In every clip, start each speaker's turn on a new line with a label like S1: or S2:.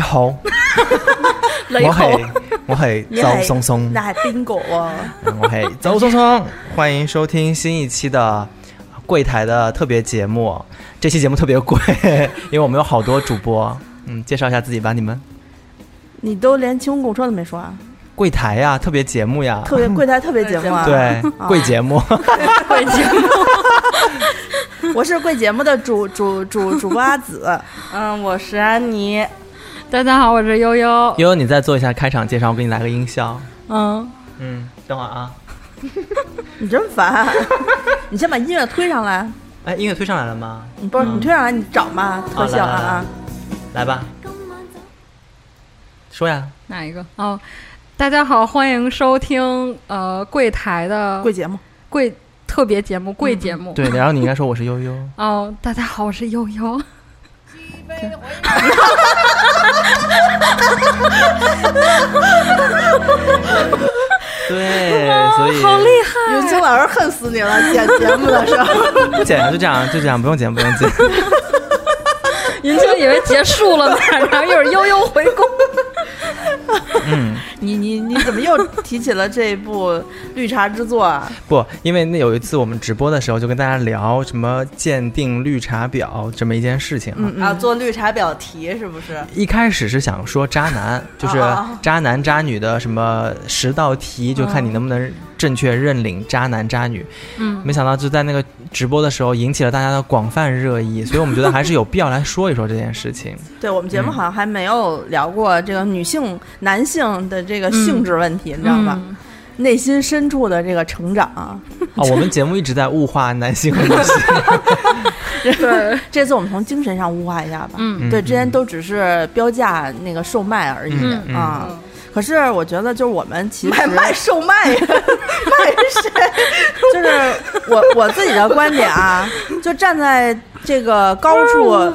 S1: 殼，我
S2: 你好，
S1: 係我係
S2: 你
S1: 周
S2: 係
S1: 松松
S2: 你，係邊個啊？
S1: 我係周松松，歡迎收聽新一期的柜台的特别节目。这期节目特别贵， 因为我们有好多主播。嗯，介绍一下自己吧，你们
S2: 你都连清空购车都没说啊？
S1: 柜台呀，特别节目呀，
S2: 特别柜台特别节目啊？， 哦
S1: 对贵节目，
S2: 贵节目。我是贵节目的主主主主播阿紫，
S3: 嗯，我是安妮。
S4: 大家好，我是悠悠。
S1: 悠悠你再做一下开场介绍，我给你来个音效。
S4: 嗯，
S1: 嗯，等会儿啊，
S2: 你真烦，啊 你先把音乐推上来，
S1: 哎，音乐推上来了吗？
S2: 你不是你推上来你找嘛特
S1: 嗯好来来
S2: 效
S1: 来
S2: 啊？
S1: 来吧，说 呀，
S4: 哪一个？哦，大家好，欢迎收听呃柜台的
S2: 贵节目，
S4: 贵特别节目贵节目。
S1: 对，然后你应该说我是悠悠。
S4: 哦，大家好，我是悠悠。
S1: 对，所以
S2: 云清老师恨死你了，剪节目的时候。
S1: 不剪了，就这样，就这样，不用剪，不用剪。
S4: 云清以为结束了呢， 然后一会儿悠悠回宫。
S1: 嗯，
S2: 你你你怎么又提起了这部《绿茶之作》啊？
S1: 不，因为那有一次我们直播的时候，就跟大家聊什么鉴定绿茶婊这么一件事情啊。
S2: 嗯
S3: 啊，做绿茶婊题是不是？
S1: 一开始是想说渣男，就是
S3: 哦哦
S1: 渣男渣女的什么十道题，就看你能不能正确认领渣男渣女。
S4: 嗯，
S1: 没想到就在那个直播的时候引起了大家的广泛热议，所以我们觉得还是有必要来说一说这件事情。
S2: 对我们节目
S3: 嗯
S2: 好像还没有聊过这个女性、男性的这个性质问题，你
S4: 你
S2: 知道
S3: 嗯
S2: 吧？？
S4: 嗯
S2: 内心深处的这个成长啊，
S1: 啊、我们节目一直在物化男性和女性，
S4: 对，
S2: 这次我们从精神上物化一下吧。
S4: 嗯
S1: 嗯
S2: 对，之前都只是标价那个售卖而已、
S1: 嗯嗯
S2: 啊。可是我觉得，就是我们其实
S3: 买卖售 卖呀，
S2: 就是我我自己的观点啊，就站在这个高处，
S3: 嗯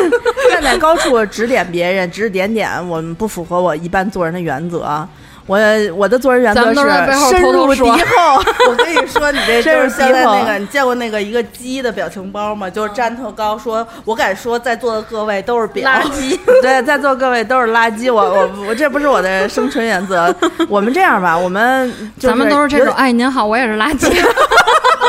S2: 站在高处指点别人，指指点点，我们不符合我一般做人的原则。我我的做人原则
S4: 咱们都在背
S2: 是
S4: 后
S2: 深
S4: 偷偷
S2: 入敌
S4: 说
S2: 后，
S3: 我跟你说，你 这就
S2: 这
S3: 是
S2: 是
S3: 现在那
S2: 敌
S3: 个，
S2: 后
S3: 你见过那个一个鸡的表情包吗？就是站特高说，我敢说在座的各位都是婊
S4: 垃
S3: 圾。
S2: 对，在座各位都是垃圾，我我我这不是我的生存原则。我们这样吧，我们、就是、
S4: 咱们都是这种。
S2: 有
S4: 哎，您好，我也是垃圾，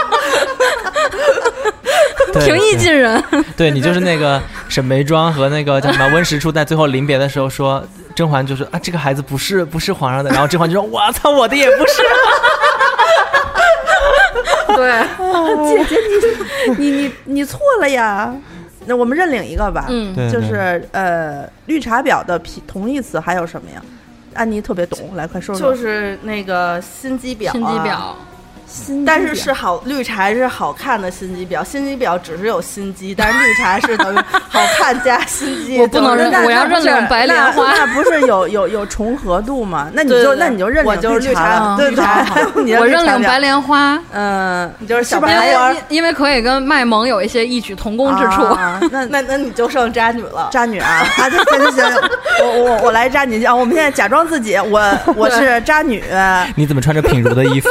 S1: 对
S4: 平易
S1: 对
S4: 近人。
S1: 对你就是那个沈眉庄和那个叫什么温实初，在最后临别的时候说，甄嬛就说啊，这个孩子不是不是皇上的，然后甄嬛就说，我操，我的也不是。
S4: 对，
S2: 姐姐，你你你你错了呀。那我们认领一个吧，
S4: 嗯，
S1: 对
S2: 就是呃，绿茶婊的匹同义词还有什么呀？安妮特别懂，来快说说。
S3: 就是那个心机婊、啊，
S4: 心机婊。
S2: 心机
S3: 但是
S2: 婊
S3: 是好绿茶是好看的心机婊，心机婊只是有心机，但是绿茶是等于 好看加心机。
S4: 我不能
S3: 就是
S4: 认
S3: 那
S4: 我要
S2: 那不是
S4: 认领白莲花
S2: 那那不是有有有重合度吗？那你
S3: 对
S2: 就
S3: 对对
S2: 那你就认
S3: 我
S2: 领
S3: 就是绿
S2: 茶
S3: 茶
S2: 了，
S3: 对
S4: 嗯
S2: 绿茶
S3: 对
S2: 好 你
S4: 哦我
S2: 认
S4: 认领
S2: 领
S4: 白。莲花，
S2: 嗯，
S3: 你就是小
S2: 是不
S3: 白
S2: 是
S3: 莲花
S2: 还
S4: 因为因为可以跟卖萌有一些异曲同工之处。
S2: 啊那
S3: 那那你就剩渣女了。
S2: 渣女啊，啊，行行行，我我我来渣女啊！我们现在假装自己， 我我是渣女，
S1: 你怎么穿着品如的衣服？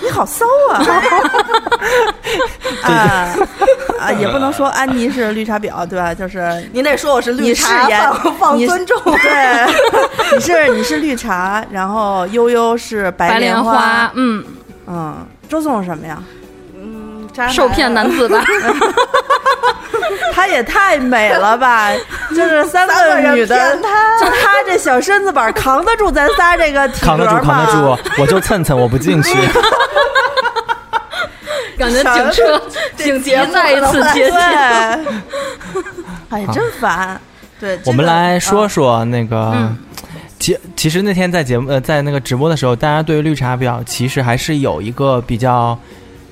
S2: 你好骚啊！ 啊啊，也不能说安妮是绿茶婊，对吧？就是
S3: 你得说我是绿
S2: 你是
S3: 茶，
S2: 言
S3: 放放
S2: 你
S3: 尊重。
S2: 对， 你是你是绿茶，然后悠悠是白
S4: 白
S2: 莲
S4: 莲花，嗯，
S2: 嗯，周总是什么呀？
S3: 嗯，渣男
S4: 受骗男子 吧。
S2: 她也太美了 吧！就是三个女的，
S3: 三个人骗
S2: 就她这小身子板儿扛得住咱仨这个体格
S1: 扛
S2: 吗？
S1: 得住，扛得住，我就蹭蹭，我不进去。
S4: 感觉警 车警急再一次接
S2: 对
S4: 近。，
S2: 哎，
S1: 好
S2: 真烦。对，啊
S1: 我们来说
S2: 说
S1: 说那个。
S4: 嗯
S1: 其其实那天在节目呃在那个直播的时候，大家对绿茶婊其实还是有一个比较，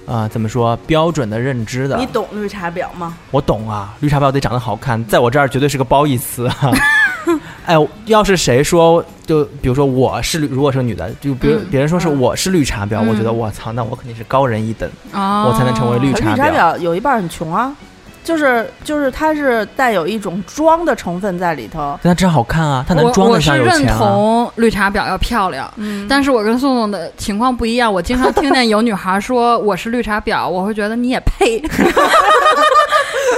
S1: 呃怎么说标准的认知的。
S3: 你懂绿茶婊吗？
S1: 我懂啊，绿茶婊得长得好看，在我这儿绝对是个褒义词 啊。哎，要是谁说，就比如说我是绿，如果是个女的，就比如
S4: 嗯
S1: 别人说是我是绿茶婊，
S4: 嗯
S1: 我觉得我操，那我肯定是高人一等。
S4: 哦
S1: 我才能成为绿
S2: 绿
S1: 茶
S2: 茶
S1: 婊
S2: 婊有一半很穷啊，就是就是她是带有一种装的成分在里头。
S1: 但她真好看啊，她能装
S4: 我
S1: 得
S4: 我是
S1: 上有
S4: 认
S1: 钱啊。
S4: 同绿茶婊要漂亮，
S2: 嗯，
S4: 但是我跟宋宋的情况不一样。我 经常听见有女孩说我是绿茶婊，我会觉得你也配。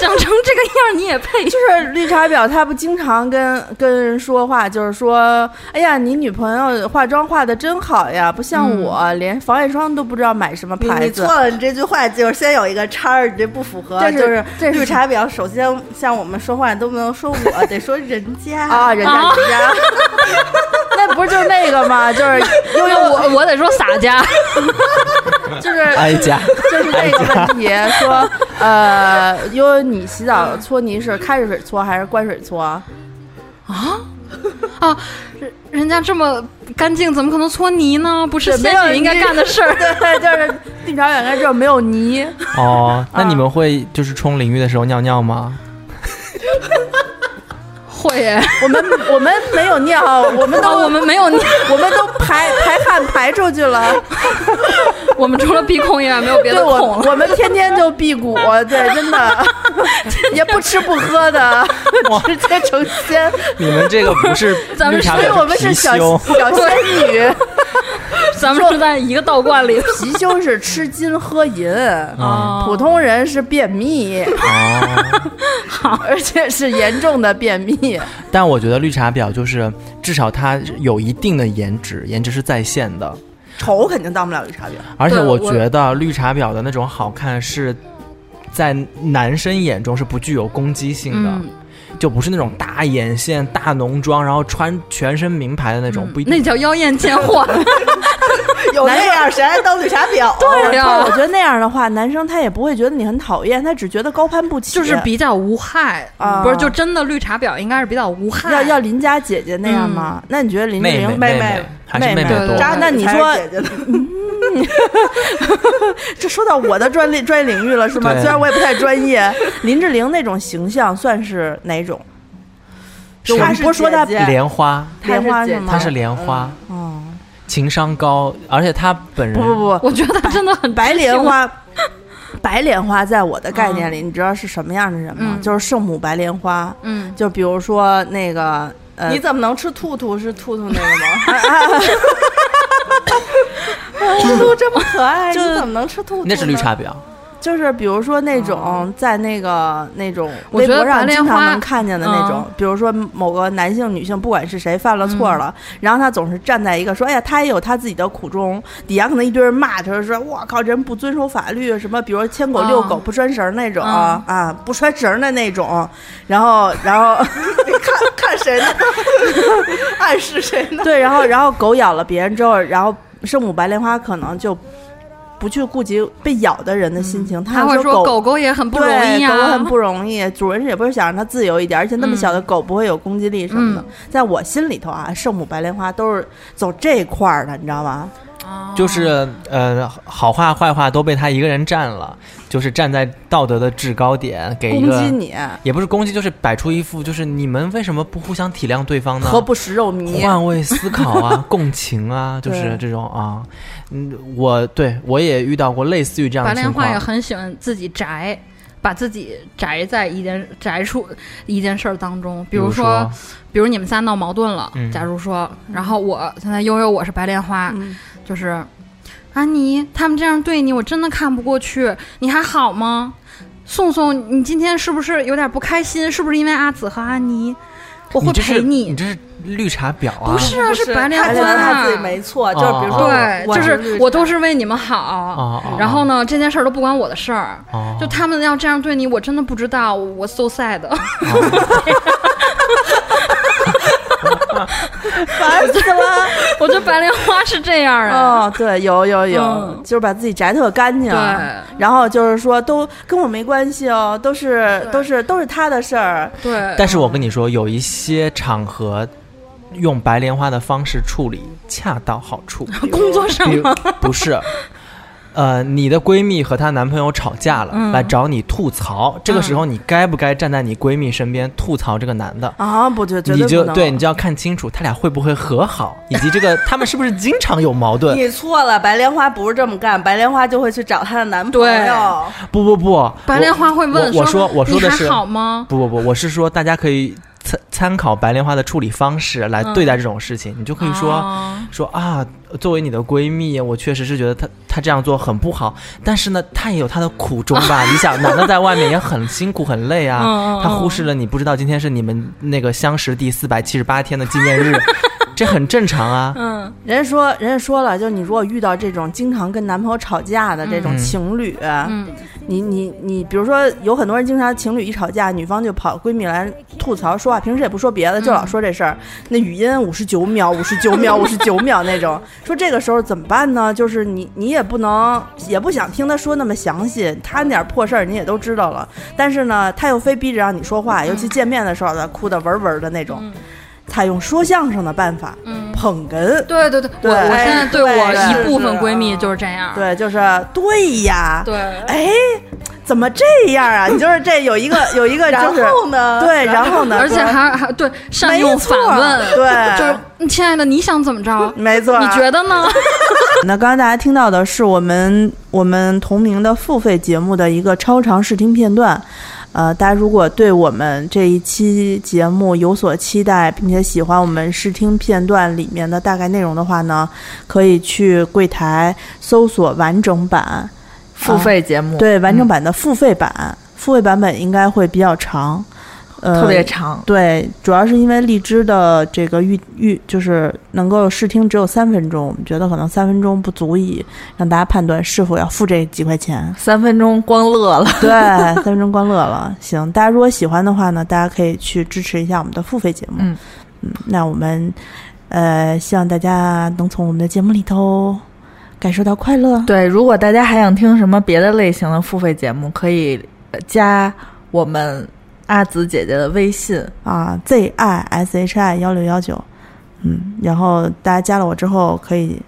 S4: 长成这个样儿你 也配？
S2: 就是绿茶婊，她不经常跟跟人说话，就是说，哎呀，你女朋友化妆化的真好呀，不像
S4: 嗯
S2: 我，连防晒霜都不知道买什么
S3: 你
S2: 牌
S3: 你
S2: 子
S3: 错。了，你这句话就是先有一个叉儿，你这不符合。
S2: 这是
S3: 啊就是
S2: 这是
S3: 绿茶婊，首先像我们说话都不能说我， 得说人家
S2: 啊，人家人家， 那不是就是那个吗？就是
S4: 因为我我得说洒家，
S2: 就是
S1: 哀 家，
S2: 就是这个问题，说呃，因为你洗澡搓泥是开水搓还是关水搓？
S4: 人家这么干净，怎么可能搓泥呢？不是
S2: 对没
S4: 仙
S2: 有
S4: 女应该干的事 儿。
S2: 对，就是地条远该之后没有泥，
S1: 哦，那你们会就是冲淋浴的时候尿尿 吗？
S4: 会耶，
S2: 我们我们没有尿，我们
S4: 啊，
S2: 都
S4: 我们没有，
S2: 我们都排排汗排出去了，
S4: 我们除了鼻孔以外没有别
S2: 对
S4: 的
S2: 我
S4: 孔了。
S2: 我们天天就辟谷，对，真 的也不吃不喝的，直接成仙，
S1: 你们这个不是
S4: 咱们
S1: 绿茶
S2: 所以我
S1: 婊，
S2: 们是
S1: 貔
S2: 小
S1: 貅。
S2: 小仙女，
S4: 咱们是在一个道观里
S2: 貔貅是吃金喝银。
S1: 啊
S4: 啊，
S2: 普通人是便秘，
S1: 哦，
S2: 而且是严重的便秘。
S1: 但我觉得绿茶婊就是至少她有一定的颜值，颜值是在线的。
S3: 丑肯定当不了绿茶 婊。
S1: 而且
S4: 对
S1: 我
S4: 我
S1: 觉得绿茶婊的那种好看是在男生眼中是不具有攻击性的，
S4: 嗯，
S1: 就不是那种大眼线、大浓妆，然后穿全身名牌的那种，不一
S4: 那
S1: 定。
S4: 叫妖艳贱货。
S3: 有那样谁还当绿茶婊？ 哦
S4: 对
S2: 但我
S4: 哎呀，
S2: 觉得那样的话，男生他也不会觉得你很讨厌，他只觉得高攀不起。
S4: 就是比较无害
S2: 啊
S4: 不是就真的绿茶婊应该是比较无害。
S2: 要要邻家姐姐那
S3: 嗯
S2: 样吗？那你觉得邻居
S1: 妹
S2: 邻
S1: 妹
S3: 妹妹
S1: 还是
S2: 妹
S1: 妹
S4: 对对
S1: 多
S4: 对
S3: 渣男
S2: 那你
S3: 才是
S2: 说
S3: 姐姐 的
S2: 这说到我的专利专业领域了是吗？
S1: 对
S2: 虽然我也不太专业，林志玲那种形象算是哪种？
S1: 是
S2: 我
S3: 她
S2: 们
S3: 是
S2: 不是说她
S3: 姐姐
S1: 莲花，
S2: 莲花
S3: 姐
S2: 是
S3: 姐
S2: 吗
S1: 她是莲花，
S2: 哦，
S1: 情商高，而且她本人
S2: 不不不，
S4: 我觉得真的很
S2: 白
S4: 知
S2: 莲
S4: 性
S2: 花。 白莲花在我的概
S3: 嗯
S2: 念里，你知道是什么样的人吗？
S4: 嗯
S2: 就是圣母白莲花，
S4: 嗯，
S2: 就比如说那个呃，啊
S3: 你怎么能吃兔兔？是兔兔 那个吗？兔兔这 么可爱，你
S2: 就
S3: 怎么能吃兔兔？
S1: 那是绿。茶婊。
S2: 就是比如说那
S3: 哦
S2: 种在那个那种
S4: 我
S2: 微
S4: 觉得
S2: 博
S4: 白
S2: 上
S4: 莲
S2: 经常
S4: 花
S2: 能看见的那种，比如说某个男性、女性，不管是谁犯了错了，然后他总是站在一个说：“哎呀，他也有他自己的苦衷。”底下可能一堆人骂他，说：“我靠，人不遵守法律，什么比如牵狗遛狗
S4: 嗯
S2: 不拴绳儿那种、
S4: 嗯
S2: 啊，不拴绳儿的那种。”然后，然 后
S3: 看看 谁呢？暗示谁呢？
S2: 对，然后然后狗咬了别人之后，然后圣母白莲花可能就不去顾及被咬的人的心情，
S4: 他
S2: 会
S4: 会说
S2: 嗯狗
S4: 狗狗也很不容
S2: 对，
S4: 易啊呀，
S2: 狗狗很不容易，主人也不是想让它自由一点，而且那么小的狗不会有攻击力什么的。
S4: 嗯
S2: 在我心里头啊，圣母白莲花都是走这块儿的，你知道吗？
S4: 哦
S1: 就是呃，好话坏话都被她一个人占了，就是站在道德的制高点给一
S2: 攻击
S1: 个，
S2: 你，
S1: 也不是攻击，就是摆出一副就是你们为什么不互相体谅对方呢？
S2: 何不食肉 糜？
S1: 换位思考 啊，共情啊，就是
S2: 对
S1: 这种啊。嗯，我对我也遇到过类似于这样
S4: 白
S1: 的
S4: 莲
S1: 情
S4: 花也
S1: 况。
S4: 很喜欢自己宅，把自己宅在一件宅出一件事儿当中。比
S1: 比如
S4: 如说，，比如你们仨闹矛盾了，
S1: 嗯
S4: 假如说，然后我现在悠悠我是白莲花，
S2: 嗯
S4: 就是安妮他们这样对你，我真的看不过去。你还好吗？宋宋，你今天是不是有点不开心？是不是因为阿紫和安妮？我会
S1: 这是
S4: 陪
S1: 你这是绿茶婊啊！
S4: 不是啊，
S3: 不
S4: 是白莲
S3: 他觉得他自己
S4: 花。
S3: 没错，就是比如说
S4: 对，
S3: 我，
S4: 就是我都
S3: 是
S4: 是为你们好，
S1: 哦哦
S4: 然后呢，这件事儿都不关我的事儿，
S1: 哦，
S4: 就他们要这样对你，我真的不知道，我 so sad。
S2: 烦死了！
S4: 我觉得白莲花是这样啊，
S2: 哦，对，有有有，
S4: 嗯
S2: 就是把自己宅特干净。
S4: 对
S2: 然后就是说，都跟我没关系哦，都是
S3: 对
S2: 都是都是他的事儿。
S4: 对，
S1: 但是我跟你说，有一些场合用白莲花的方式处理恰到好处。
S4: 工作上
S1: 比如不是，呃，你的闺蜜和她男朋友吵架了，
S4: 嗯
S1: 来找你吐槽，这个时候你该不该站在你闺蜜身边吐槽这个男的？
S2: 啊，不对，绝
S1: 你就
S2: 不能
S1: 对你就要看清楚他俩会不会和好，以及这个他们是不是经常有矛盾。
S3: 你错了，白莲花不是这么干，白莲花就会去找她的男朋
S4: 对
S3: 友。
S1: 不不不，
S4: 白莲花会问
S1: 我我说我说的
S4: 你
S1: 是
S4: 还好吗？
S1: 不不不，我是说大家可以。参参考白莲花的处理方式来对待这种事情，你就可以说、
S4: 嗯哦
S1: 说啊，作为你的闺蜜，我确实是觉得她她这样做很不好，但是呢，她也有她的苦衷吧？你想，男的在外面也很辛苦很累啊，
S4: 嗯嗯
S1: 她忽视了你，不知道今天是你们那个相识第四百七十八天的纪念 日，这很正常啊。
S4: 嗯，
S2: 人家说，人家说了，就是你如果遇到这种经常跟男朋友吵架的这种
S1: 嗯
S2: 情侣，啊
S4: 嗯
S2: 你你你，比如说有很多人经常情侣一吵架，女方就跑闺蜜来吐槽说啊话，平时也不说别的，就
S3: 嗯
S2: 老说这事儿。那语音五十九秒、五十九 秒、五十九秒那种，说这个时候怎么办呢？就是你你也不能也不想听他说那么详细，他那点破事儿你也都知道了，但是呢，他又非逼着让你说话，尤其见面的时候，他哭得文文的那
S3: 嗯
S2: 种。采用说相声的办法，
S4: 嗯，
S2: 捧哏。
S4: 对对对，
S2: 对
S4: 我我现在对
S2: 对
S4: 我
S2: 对
S4: 一部分
S3: 是
S4: 闺蜜就是这样，
S2: 对，就是对呀，
S4: 对，
S2: 哎，怎么这样啊？你就是这有一个有一个
S3: 然
S2: 就是
S3: 后呢？
S2: 对，然后呢？
S4: 而且还还对善用
S2: 没错
S4: 反问，
S2: 对
S4: 就是嗯亲爱的，你想怎么着？
S2: 没错，
S4: 你觉得呢？
S2: 那刚刚大家听到的是我们我们同名的付费节目的一个超长试听片段。呃，大家如果对我们这一期节目有所期待，并且喜欢我们试听片段里面的大概内容的话呢，可以去柜台搜索完整版，
S3: 付费节目、
S2: 对完整
S4: 嗯
S2: 版的付费版，付费版本应该会比较长，呃，
S3: 特别长，。
S2: 对，主要是因为荔枝的这个预预就是能够试听只有三分钟，我们觉得可能三分钟不足以让大家判断是否要付这几块钱
S3: 三分钟光乐了。
S2: 对，三分钟光乐了。行，大家如果喜欢的话呢，大家可以去支持一下我们的付费节目。
S3: 嗯
S2: 嗯那我们呃，希望大家能从我们的节目里头感受到快 乐。
S3: 对，如果大家还想听什么别的类型的付费节目，可以呃加我们阿紫姐姐的微信。
S2: 啊，Z I S H I 幺六幺九。嗯，然后大家加了我之后可以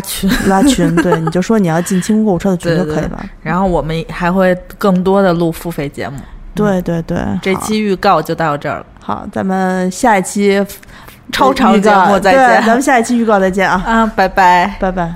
S3: 群，
S2: 拉群，对，你就说你要进清空购物车的群就
S3: 对对
S2: 可以了。
S3: 然后我们还会更多的录付费节目。
S2: 对对对，
S3: 嗯这
S2: 好
S3: 期预告就到这儿了，
S2: 好，咱们下一期
S3: 超长
S2: 预
S3: 节
S2: 告
S3: 目再
S2: 对
S3: 见
S2: 咱们下一期预告再见啊，
S3: 啊，拜拜。
S2: 拜拜。